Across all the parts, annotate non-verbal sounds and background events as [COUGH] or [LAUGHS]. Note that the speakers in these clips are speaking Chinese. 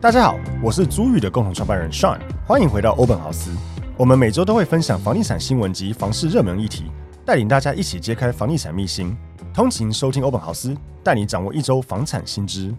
大家好，我是租宇的共同创办人 Sean，欢迎回到欧本豪斯。我们每周都会分享房地产新闻及房市热门议题，带领大家一起揭开房地产秘辛。通勤收听欧本豪斯，带你掌握一周房产新知。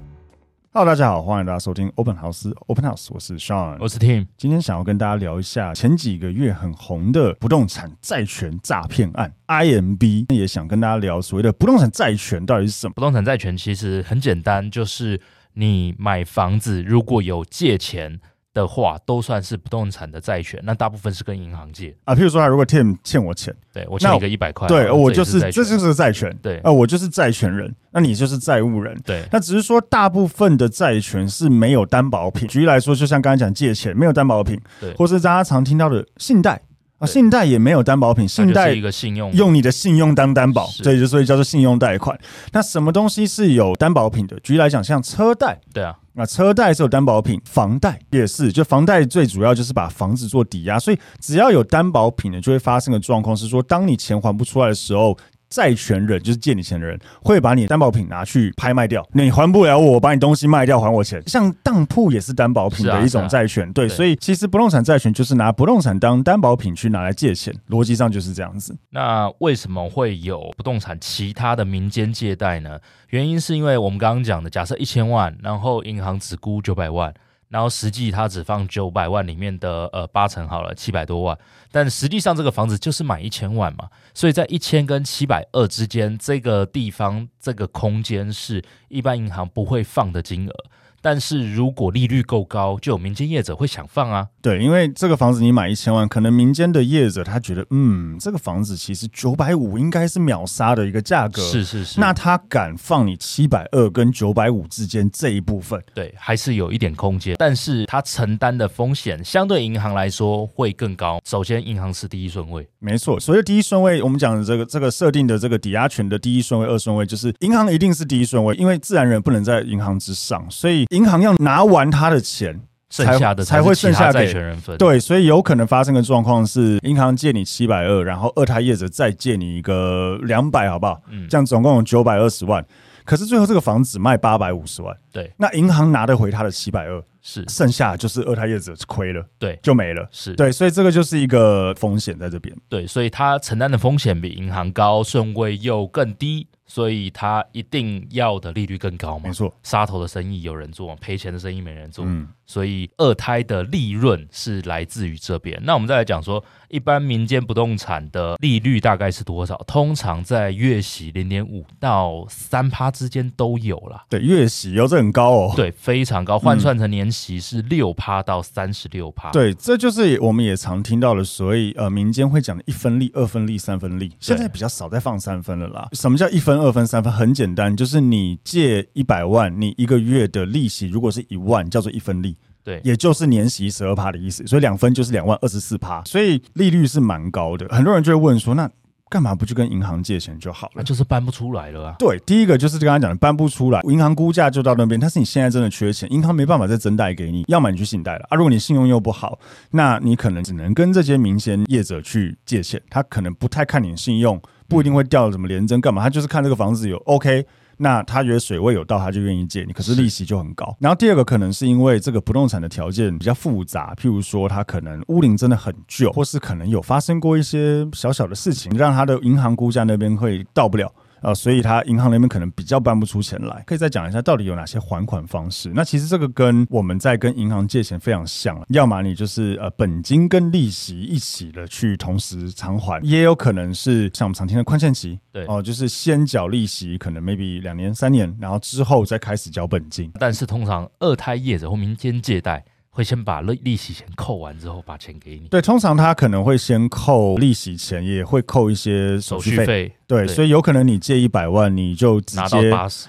Hello，大家好，欢迎大家收听 Open House Open House，我是 Sean，我是 Tim，今天想要跟大家聊一下前几个月很红的不动产债权诈骗案 IMB，也想跟大家聊所谓的不动产债权到底是什么。不动产债权其实很简单，就是你买房子如果有借钱的话，都算是不动产的债权。那大部分是跟银行借，啊，譬如说他如果 Tim 欠我钱，对我那欠我一个一百块，哦对这我也就是债这权就是债权，对啊，我就是债权人，那你就是债务人。对那只是说，大部分的债权是没有担保品。举例来说，就像刚才讲借钱没有担保品，对，或是大家常听到的信贷啊，对信贷也没有担保品，那信就是贷一个信用用你的信用当担保，是所以就所以叫做信用贷款。那什么东西是有担保品的？举例来讲，像车贷。对啊，那车贷是有担保品，房贷也是。就房贷最主要就是把房子做抵押，所以只要有担保品呢，就会发生的状况是说，当你钱还不出来的时候，债权人就是借你钱的人会把你担保品拿去拍卖掉。你还不了我，我把你东西卖掉还我钱。像当铺也是担保品是啊的一种债权，对。对所以其实不动产债权就是拿不动产当担保品去拿来借钱，逻辑上就是这样子。那为什么会有不动产其他的民间借贷呢？原因是因为我们刚刚讲的，假设一千万，然后银行只估九百万，然后实际它只放九百万里面的呃八成好了，七百多万，但实际上这个房子就是买一千万嘛，所以在一千跟七百二之间，这个地方这个空间是一般银行不会放的金额。但是如果利率够高，就有民间业者会想放啊，对，因为这个房子你买一千万，可能民间的业者他觉得，嗯，这个房子其实九百五应该是秒杀的一个价格，是是是，那他敢放你七百二跟九百五之间这一部分，对，还是有一点空间，但是它承担的风险相对银行来说会更高。首先，银行是第一顺位，没错。所以第一顺位，我们讲的这个这个设定的这个抵押权的第一顺位、二顺位，就是银行一定是第一顺位，因为自然人不能在银行之上，所以银行要拿完他的钱。剩下的才是会其他剩下给债权人分。对，所以有可能发生的状况是，银行借你七百二，然后二胎业者再借你一个两百，好不好？嗯这样总共有九百二十万。可是最后这个房子卖八百五十万，对，那银行拿得回他的七百二，是，剩下的就是二胎业者亏了，对，就没了。是，对，所以这个就是一个风险在这边。对，所以它承担的风险比银行高，顺位又更低，所以它一定要的利率更高嘛没。错，杀头的生意有人做，赔钱的生意没人做，嗯，所以二胎的利润是来自于这边。那我们再来讲说，一般民间不动产的利率大概是多少？通常在月息零点五到三趴之间都有啦。对，月息哦，这很高哦。对，非常高，换算成年息是六趴到三十六趴。，对，这就是我们也常听到的，所以呃，民间会讲的一分利、二分利、三分利，现在比较少在放三分了啦。什么叫一分、二分、三分？很简单，就是你借一百万，你一个月的利息如果是一万，叫做一分利，对也就是年息十二趴的意思，所以两分就是两万二十四趴，所以利率是蛮高的。很多人就会问说，那干嘛不去跟银行借钱就好了那？就是搬不出来了啊。对，第一个就是刚刚讲的搬不出来，银行估价就到那边，但是你现在真的缺钱，银行没办法再增贷给你，要么你去信贷了啊。如果你信用又不好，那你可能只能跟这些民间业者去借钱，他可能不太看你信用，不一定会调什么连征干嘛，他就是看这个房子有 OK。那他觉得水位有到，他就愿意借你，可是利息就很高。然后第二个可能是因为这个不动产的条件比较复杂，譬如说它可能屋龄真的很旧，或是可能有发生过一些小小的事情，让他的银行估价那边会到不了。啊，所以他银行那边可能比较搬不出钱来。可以再讲一下到底有哪些还款方式？那其实这个跟我们在跟银行借钱非常像了，啊要么你就是呃本金跟利息一起的去同时偿还，也有可能是像我们常听的宽限期，对哦、就是先缴利息，可能 maybe 两年三年，然后之后再开始缴本金。但是通常二胎业者或民间借贷会先把利利息先扣完之后把钱给你，对，通常他可能会先扣利息钱，也会扣一些手手续续费。费对，对所以有可能你借一百万，你就直拿到接八十，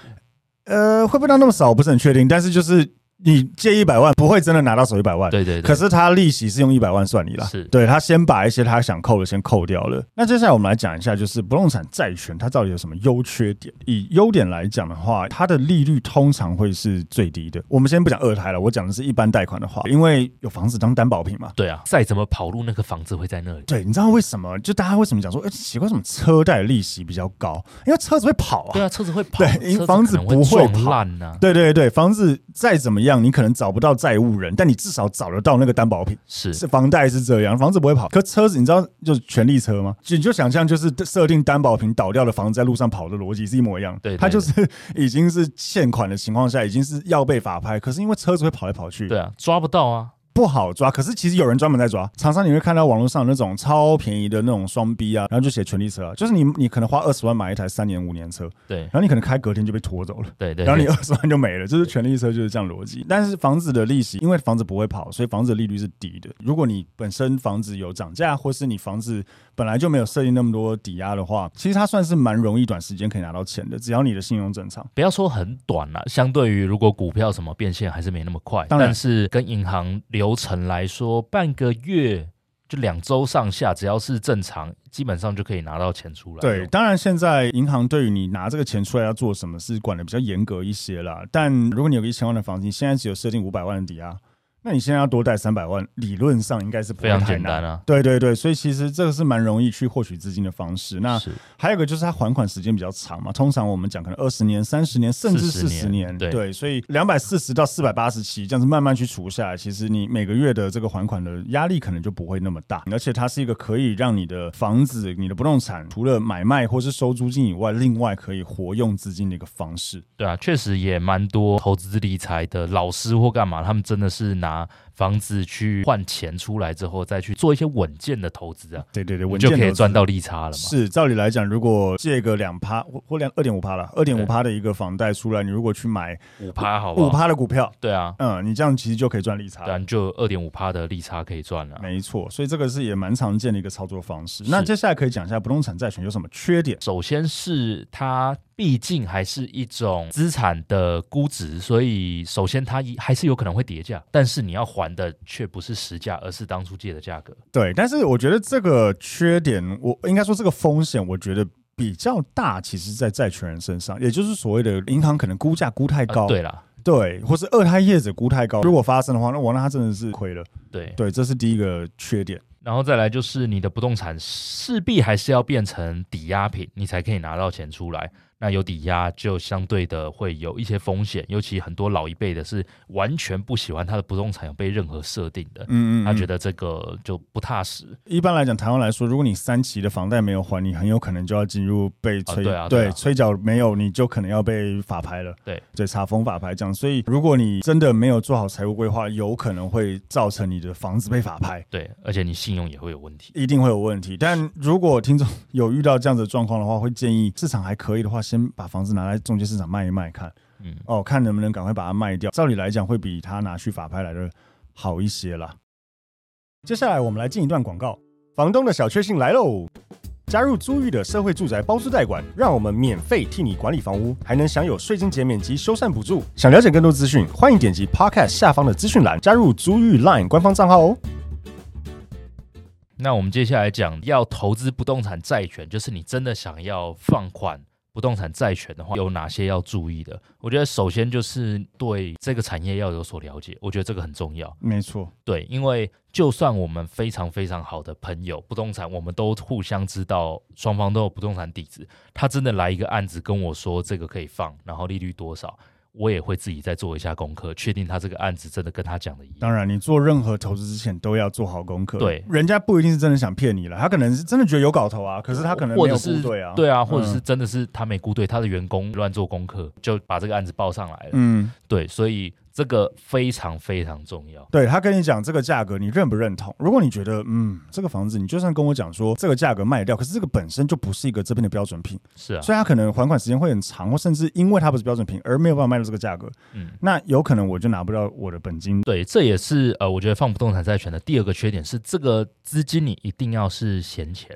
呃，会不会到那么少，我不是很确定。但是就是你借一百万，不会真的拿到手一百万。对对对，可是他利息是用一百万算你啦，是对他先把一些他想扣的先扣掉了。那接下来我们来讲一下，就是不动产债权它到底有什么优缺点？以优点来讲的话，它的利率通常会是最低的。我们先不讲二胎了，我讲的是一般贷款的话，因为有房子当担保品嘛。对啊，再怎么跑路，那个房子会在那里。对，你知道为什么？就大家为什么讲说，哎、奇怪，为什么车贷利息比较高？因为车子会跑啊。对啊，车子会跑，对因为车房子子可能不会撞跑烂啊呐、对对对，房子再怎么样，你可能找不到债务人，但你至少找得到那个担保品。是是房贷是这样，房子不会跑。可车子你知道就是权利车吗？就你就想象就是设定担保品倒掉的房子在路上跑的逻辑是一模一样的。对对它就是 [LAUGHS] 已经是欠款的情况下，已经是要被法拍，可是因为车子会跑来跑去，对啊，抓不到啊，不好抓。可是其实有人专门在抓，常常你会看到网络上那种超便宜的那种双 B 啊，然后就写权利车啊，就是你你可能花二十万买一台三年五年车，对然后你可能开隔天就被拖走了。对对，然后你对二十万就没了，就是权利车就是这样逻辑。但是房子的利息，因为房子不会跑，所以房子的利率是低的。如果你本身房子有涨价，或是你房子本来就没有设定那么多抵押的话，其实它算是蛮容易短时间可以拿到钱的，只要你的信用正常。不要说很短了、相对于如果股票什么变现还是没那么快，当然但是跟银行流程来说，半个月就两周上下，只要是正常，基本上就可以拿到钱出来。对，，当然现在银行对于你拿这个钱出来要做什么是管的比较严格一些啦。但如果你有个一千万的房子，你现在只有设定五百万的抵押，那你现在要多贷三百万，理论上应该是不非会常太简难单。啊。对对对，所以其实这个是蛮容易去获取资金的方式。那是还有一个就是它还款时间比较长嘛，通常我们讲可能二十年、三十年，甚至四40十年年，对所以两百四十到四百八十期这样子慢慢去除下来，其实你每个月的这个还款的压力可能就不会那么大，而且它是一个可以让你的房子、你的不动产除了买卖或是收租金以外，另外可以活用资金的一个方式。对啊，确实也蛮多投资理财的老师或干嘛，他们真的是拿房子去换钱出来之后，再去做一些稳健的投资啊，对对对，稳就健可以投资赚到利差了嘛。是，照理来讲，如果借个两趴或或两二点五趴了，二点五趴的一个房贷出来，你如果去买五趴，好不好？五，趴的股票，对啊，嗯，你这样其实就可以赚利差对了啊，。你就二点五趴的利差可以赚了。没错，所以这个是也蛮常见的一个操作方式。那接下来可以讲一下不动产债权有什么缺点？首先是它毕竟还是一种资产的估值，所以首先它一还是有可能会跌价，但是你要还的却不是实价，而是当初借的价格。对，但是我觉得这个缺点，我应该说这个风险，我觉得比较大，其实在债权人身上，也就是所谓的银行可能估价估太啊高，对啦，对或是二胎业者估太高，如果发生的话，那我那他真的是亏了。对，对，这是第一个缺点。然后再来就是你的不动产势必还是要变成抵押品，你才可以拿到钱出来。那有抵押就相对的会有一些风险，尤其很多老一辈的是完全不喜欢他的不动产有被任何设定的，嗯嗯，他觉得得这个就不踏实。一般来讲，台湾来说，如果你三期的房贷没有还，你很有可能就要进入被催、啊对啊对啊催缴没有，你就可能要被法拍了。对对，查封法拍这样。所以，如果你真的没有做好财务规划，有可能会造成你的房子被法拍，对，而且你信用也会有问题。一定会有问题。但如果听众有遇到这样子的状况的话，会建议市场还可以的话，先把房子拿来中介市场卖一卖看，嗯哦，看能不能赶快把它卖掉。照理来讲，会比他拿去法拍来的好一些啦。接下来我们来进一段广告，房东的小确幸来喽！加入租遇的社会住宅包租代管，让我们免费替你管理房屋，还能享有税金减免及修缮补助。想了解更多资讯，欢迎点击 Podcast 下方的资讯栏，加入租遇 Line 官方账号哦。那我们接下来讲，要投资不动产债权，就是你真的想要放款不动产债权的话，有哪些要注意的？我觉得首先就是对这个产业要有所了解，我觉得这个很重要。没错。对，因为就算我们非常非常好的朋友，不动产我们都互相知道，双方都有不动产底子，他真的来一个案子跟我说这个可以放，然后利率多少，我也会自己再做一下功课，确定他这个案子真的跟他讲的一样。当然，你做任何投资之前都要做好功课。对人家不一定是真的想骗你了，他可能是真的觉得有搞头啊，可是他可能或没者有是部队啊。对啊，或者嗯是真的是他没估对，他的员工乱做功课，就把这个案子报上来了。嗯，对，所以这个非常非常重要。对他跟你讲这个价格，你认不认同？如果你觉得嗯，这个房子你就算跟我讲说这个价格卖掉，可是这个本身就不是一个这边的标准品，是啊，所以它可能还款时间会很长，或甚至因为它不是标准品而没有办法卖到这个价格，嗯，那有可能我就拿不到我的本金。对，这也是呃，我觉得放不动产债权的第二个缺点是，这个资金你一定要是闲钱，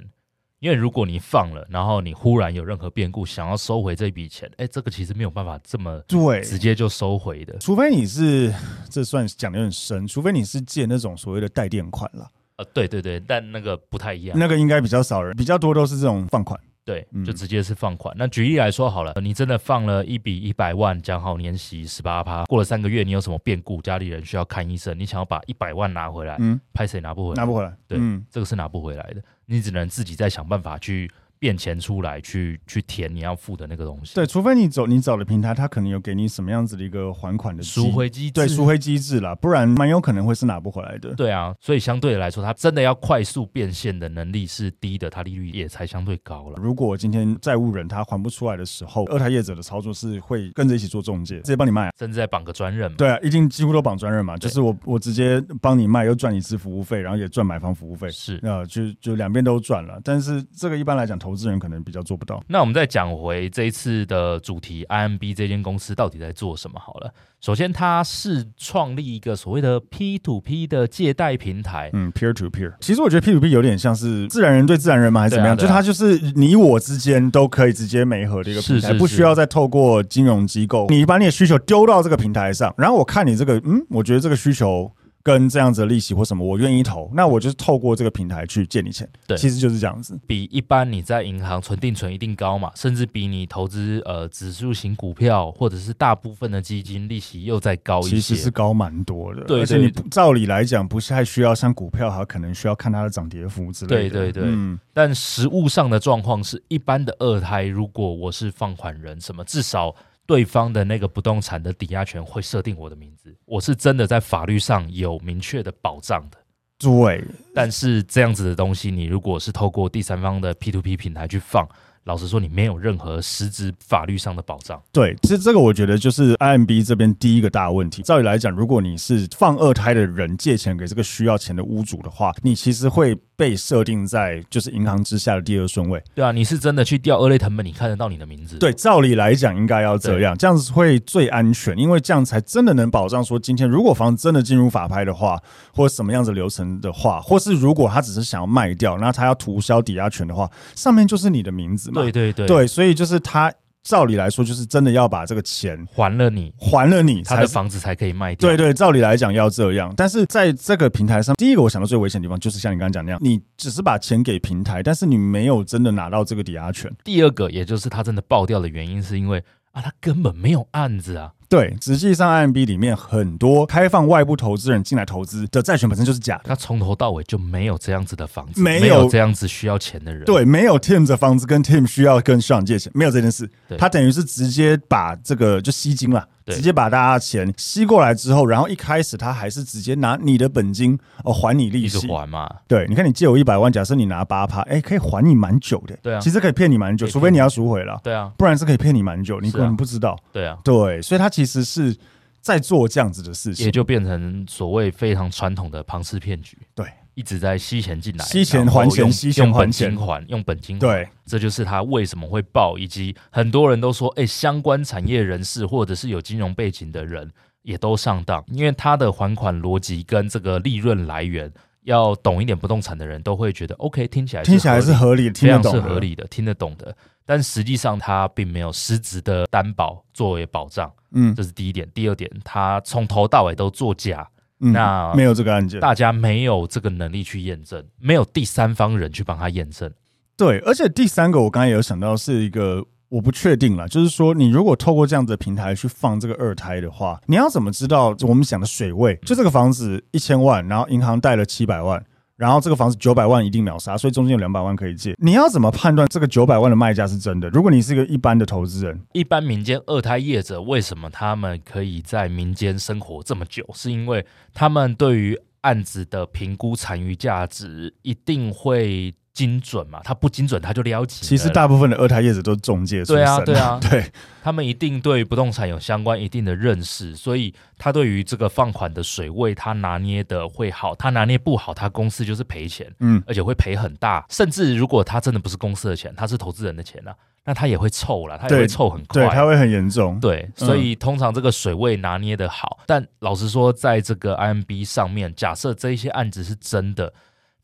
因为如果你放了，然后你忽然有任何变故，想要收回这笔钱，哎，这个其实没有办法这么对，直接就收回的。除非你是这算讲的有点深，除非你是借那种所谓的带垫款啦，呃，对对对，但那个不太一样。那个应该比较少人，比较多都是这种放款。对嗯，就直接是放款。那举例来说好了，你真的放了一笔一百万，讲好年息十八趴，过了三个月你有什么变故，家里人需要看医生，你想要把一百万拿回来，嗯，拍谁拿不回来？拿不回来。哎对嗯，这个是拿不回来的，你只能自己再想办法去变钱出来，去去填你要付的那个东西。对，，除非你走你找的平台，它可能有给你什么样子的一个还款的机赎回机制，对赎回机制啦，不然蛮有可能会是拿不回来的。对啊，所以相对来说，它真的要快速变现的能力是低的，它利率也才相对高了。如果今天债务人他还不出来的时候，二胎业者的操作是会跟着一起做中介，直接帮你卖啊。甚至在绑个专任嘛，对啊，一定几乎都绑专人嘛，就对是我我直接帮你卖，又赚你支付务费，然后也赚买房服务费，是呃，就就两边都赚了。但是这个一般来讲，投资人可能比较做不到。那我们再讲回这一次的主题，IMB 这间公司到底在做什么好了。首先，它是创立一个所谓的 P to P 的借贷平台，嗯，peer to peer，其实我觉得 P to P 有点像是自然人对自然人嘛，还是怎么样？对啊对啊就它就是你我之间都可以直接媒合的一个平台，是是是不需要再透过金融机构，你把你的需求丢到这个平台上，然后我看你这个，嗯，我觉得这个需求。跟这样子的利息或什么，我愿意投，那我就是透过这个平台去借你钱，对其实就是这样子。比一般你在银行存定存一定高嘛，甚至比你投资呃指数型股票或者是大部分的基金利息又再高其一实是些。高蛮多的，对而且对你不照理来讲，不是还需要像股票，还可能需要看它的涨跌幅之类的。对对对嗯，但实物上的状况是，一般的二胎，如果我是放款人，什么至少对方的那个不动产的抵押权会设定我的名字，我是真的在法律上有明确的保障的。对，但是这样子的东西，你如果是透过第三方的 P to P 平台去放，老实说，你没有任何实质法律上的保障。对，其实这个我觉得就是 IMB 这边第一个大问题。照理来讲，如果你是放二胎的人借钱给这个需要钱的屋主的话，你其实会被设定在就是银行之下的第二顺位。对啊，你是真的去调二类藤本，你看得到你的名字。对，照理来讲应该要这样，这样子会最安全，因为这样才真的能保障说，今天如果房子真的进入法拍的话，或者什么样子流程的话，或是如果他只是想要卖掉，那他要涂销抵押权的话，上面就是你的名字嘛。对对对，对，所以就是他照理来说，就是真的要把这个钱。还了你，还了你，他才的是房子才可以卖掉。对对，照理来讲要这样，但是在这个平台上，第一个我想到最危险的地方就是像你刚刚讲那样，你只是把钱给平台，但是你没有真的拿到这个抵押权。第二个，也就是他真的爆掉的原因，是因为啊，他根本没有案子啊。对，实际上 IMB 里面很多开放外部投资人进来投资的债权本身就是假的。他从头到尾就没有这样子的房子，没有有这样子需要钱的人。，对，没有 Tim 的房子跟 Tim 需要跟 Sean 借钱，没有这件事。对他等于是直接把这个就吸金了，对直接把大家的钱吸过来之后，然后一开始他还是直接拿你的本金哦还你利一直息，还嘛。对，你看你借我一百万，假设你拿八趴，哎，可以还你蛮久的。对啊其实可以骗你蛮久，可以骗除非你要赎回了，对啊，不然是可以骗你蛮久，你是啊可能不知道。对啊，对，所以他其实是在做这样子的事也情，就变成所谓非常传统的庞氏骗局。对，一直在吸钱进来，吸钱然后还钱用吸钱用还本钱金还，用本金还。对，这就是他为什么会爆，以及很多人都说，哎，相关产业人士或者是有金融背景的人也都上当，因为他的还款逻辑跟这个利润来源，要懂一点不动产的人都会觉得，OK，听起来听起来是合合理，理听得非常懂是的，合理的，听得懂的，但实际上他并没有实质的担保作为保障，嗯。这是第一点。第二点，他从头到尾都作假，嗯，那没有这个案件，大家没有这个能力去验证，没有第三方人去帮他验证。对，而且第三个我刚才也有想到是一个。我不确定啦，就是说，你如果透过这样子的平台去放这个二胎的话，你要怎么知道我们讲的水位？就这个房子一千万，然后银行贷了七百万，然后这个房子九百万一定秒杀，所以中间有两百万可以借。你要怎么判断这个九百万的卖家是真的？如果你是一个一般的投资人，一般民间二胎业者为什么他们可以在民间生活这么久？是因为他们对于案子的评估残余价值一定会精准嘛，它不精准它就撩起了啦。其实大部分的二胎业者都是中介出身对啊的，对 [LAUGHS] 啊对他们一定对不动产有相关一定的认识，所以他对于这个放款的水位，他拿捏的会好，他拿捏不好，他公司就是赔钱，嗯，而且会赔很大。甚至如果他真的不是公司的钱，他是投资人的钱啊，那他也会臭了，他也对会臭很快啊对，。它会很严重。对，所以通常这个水位拿捏的好，但老实说，在这个 IMB 上面，假设这一些案子是真的，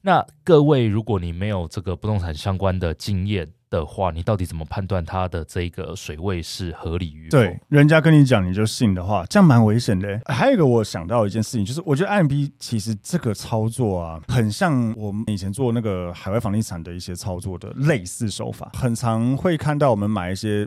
那各位如果你没有这个不动产相关的经验的话，你到底怎么判断它的这个水位是合理与否？对，人家跟你讲你就信的话，这样蛮危险的欸。还有一个我想到一件事情，就是我觉得 IMB 其实这个操作啊，很像我们以前做那个海外房地产的一些操作的类似手法，很常会看到我们买一些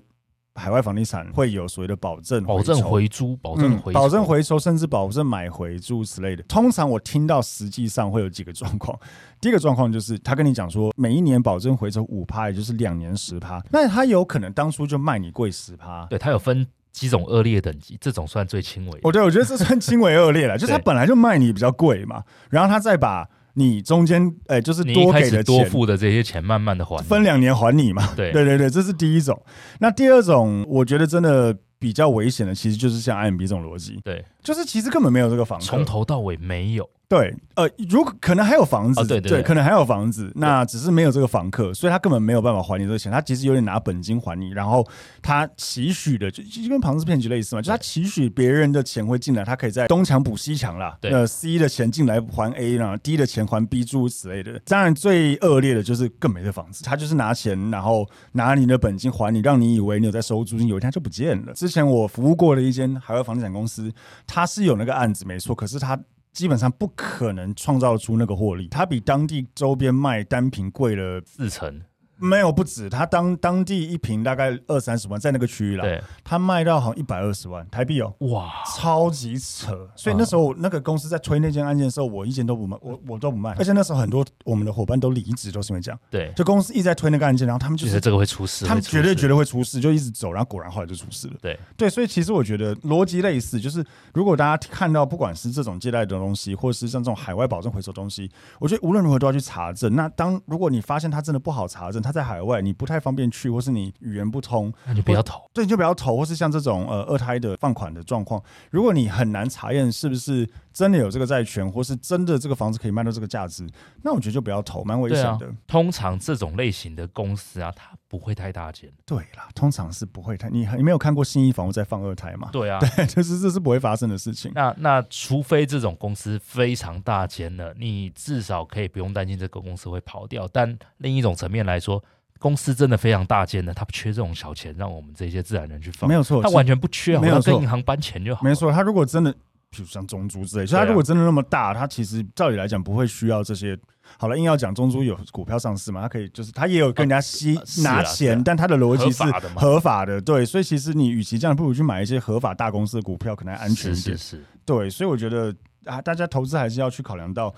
海外房地产会有所谓的保证保证酬回租，保证嗯回、，保证。回收，甚至保证买回诸如此类的。通常我听到实际上会有几个状况，第一个状况就是他跟你讲说每一年保证回收五趴，也就是两年十趴，那他有可能当初就卖你贵十趴。对，它有分几种恶劣等级，这种算最轻微的。哦，对，我觉得这算轻微恶劣 [LAUGHS] 了，就是他对本来就卖你比较贵嘛，然后他再把你中间，哎，就是你一多开给始的多钱付的这些钱，慢慢的还。分两年还你嘛。对对对对，这是第一种。那第二种，我觉得真的比较危险的，其实就是像 IMB 这种逻辑，对，就是其实根本没有这个房客从头到尾没有。对，呃，如果可能还有房子，哦对对对可能还有房子，那只是没有这个房客，所以他根本没有办法还你这个钱。他其实有点拿本金还你，然后他期许的就就跟庞氏骗局类似嘛，就他期许别人的钱会进来，他可以在东墙补西墙啦。对呃，C 的钱进来还 A 啦，D 的钱还 B 诸如此类的。当然最恶劣的就是更没这房子，他就是拿钱，然后拿你的本金还你，让你以为你有在收租金，有一天他就不见了。之前我服务过的一间海外房地产公司，他是有那个案子没错，可是他基本上不可能创造出那个获利，它比当地周边卖单瓶贵了四成，没有不止，它当当地一瓶大概二三十万，在那个区域啦，对，它卖到好像一百二十万台币哦。哇，啊超级扯，所以那时候那个公司在推那件案件的时候，我一件都不卖，我我都不卖，而且那时候很多我们的伙伴都离职，都是因为这样，对，就公司一直在推那个案件，然后他们就就是是这个会出事，他们会出绝对事绝对会出事，就一直走，然后果然后来就出事了。对对，所以其实我觉得逻辑类似，就是如果大家看到不管是这种借贷的东西，或是像这种海外保证回收东西，我觉得无论如何都要去查证。那当如果你发现它真的不好查证，它在海外你不太方便去，或是你语言不通，那就不要投。对，你就不要投，或是像这种呃二胎的放款的状况，如果你很难查验是不是真的有这个债权，或是真的这个房子可以卖到这个价值，那我觉得就不要投，蛮危对险啊的。，通常这种类型的公司啊，它不会太大间。对啦，通常是不会太，你你没有看过新一房屋在放二胎 [LAUGHS] 吗？对啊，就是这是不会发生的事情。那那除非这种公司非常大间了，你至少可以不用担心这个公司会跑掉。但另一种层面来说，公司真的非常大间的，它不缺这种小钱，让我们这些自然人去放没。有错，它是完全不缺啊，没有我要跟错银行搬钱就好。没，错，他如果真的，比如像中租之类，所以他对啊如果真的那么大，他其实照理来讲不会需要这些。好了，硬要讲中租有股票上市嘛，他可以就是他也有跟人家吸、呃是啊拿是钱啊，但他的逻辑是合法的嘛合法的，对，所以其实你与其这样，不如去买一些合法大公司的股票，可能还安全一是点。是是，对，所以我觉得啊，大家投资还是要去考量到。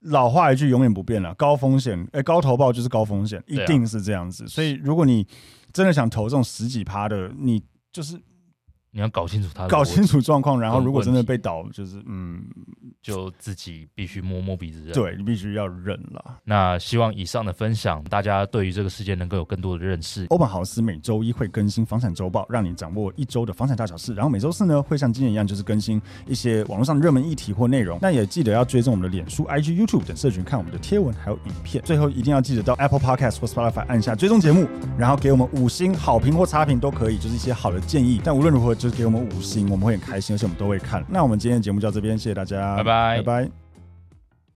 老话一句，永远不变了，高风险，哎、高投报就是高风险，一对啊定是这样子。所以，如果你真的想投这种十几趴的，你就是你要搞清楚它的逻辑，搞清楚状况，然后跟如果问真的题被倒，就是嗯，就自己必须摸摸鼻子认。对你必须要忍了。那希望以上的分享，大家对于这个事件能够有更多的认识。欧本豪斯每周一会更新房产周报，让你掌握一周的房产大小事。然后每周四呢，会像今年一样，就是更新一些网络上热门议题或内容。那也记得要追踪我们的脸书、IG、YouTube 等社群，看我们的贴文还有影片。最后一定要记得到 Apple Podcast 或 Spotify 按下追踪节目，然后给我们五星好评或差评都可以，就是一些好的建议。但无论如何，就是给我们五星，我们会很开心，而且我们都会看。那我们今天的节目就到这边，谢谢大家，拜拜拜拜。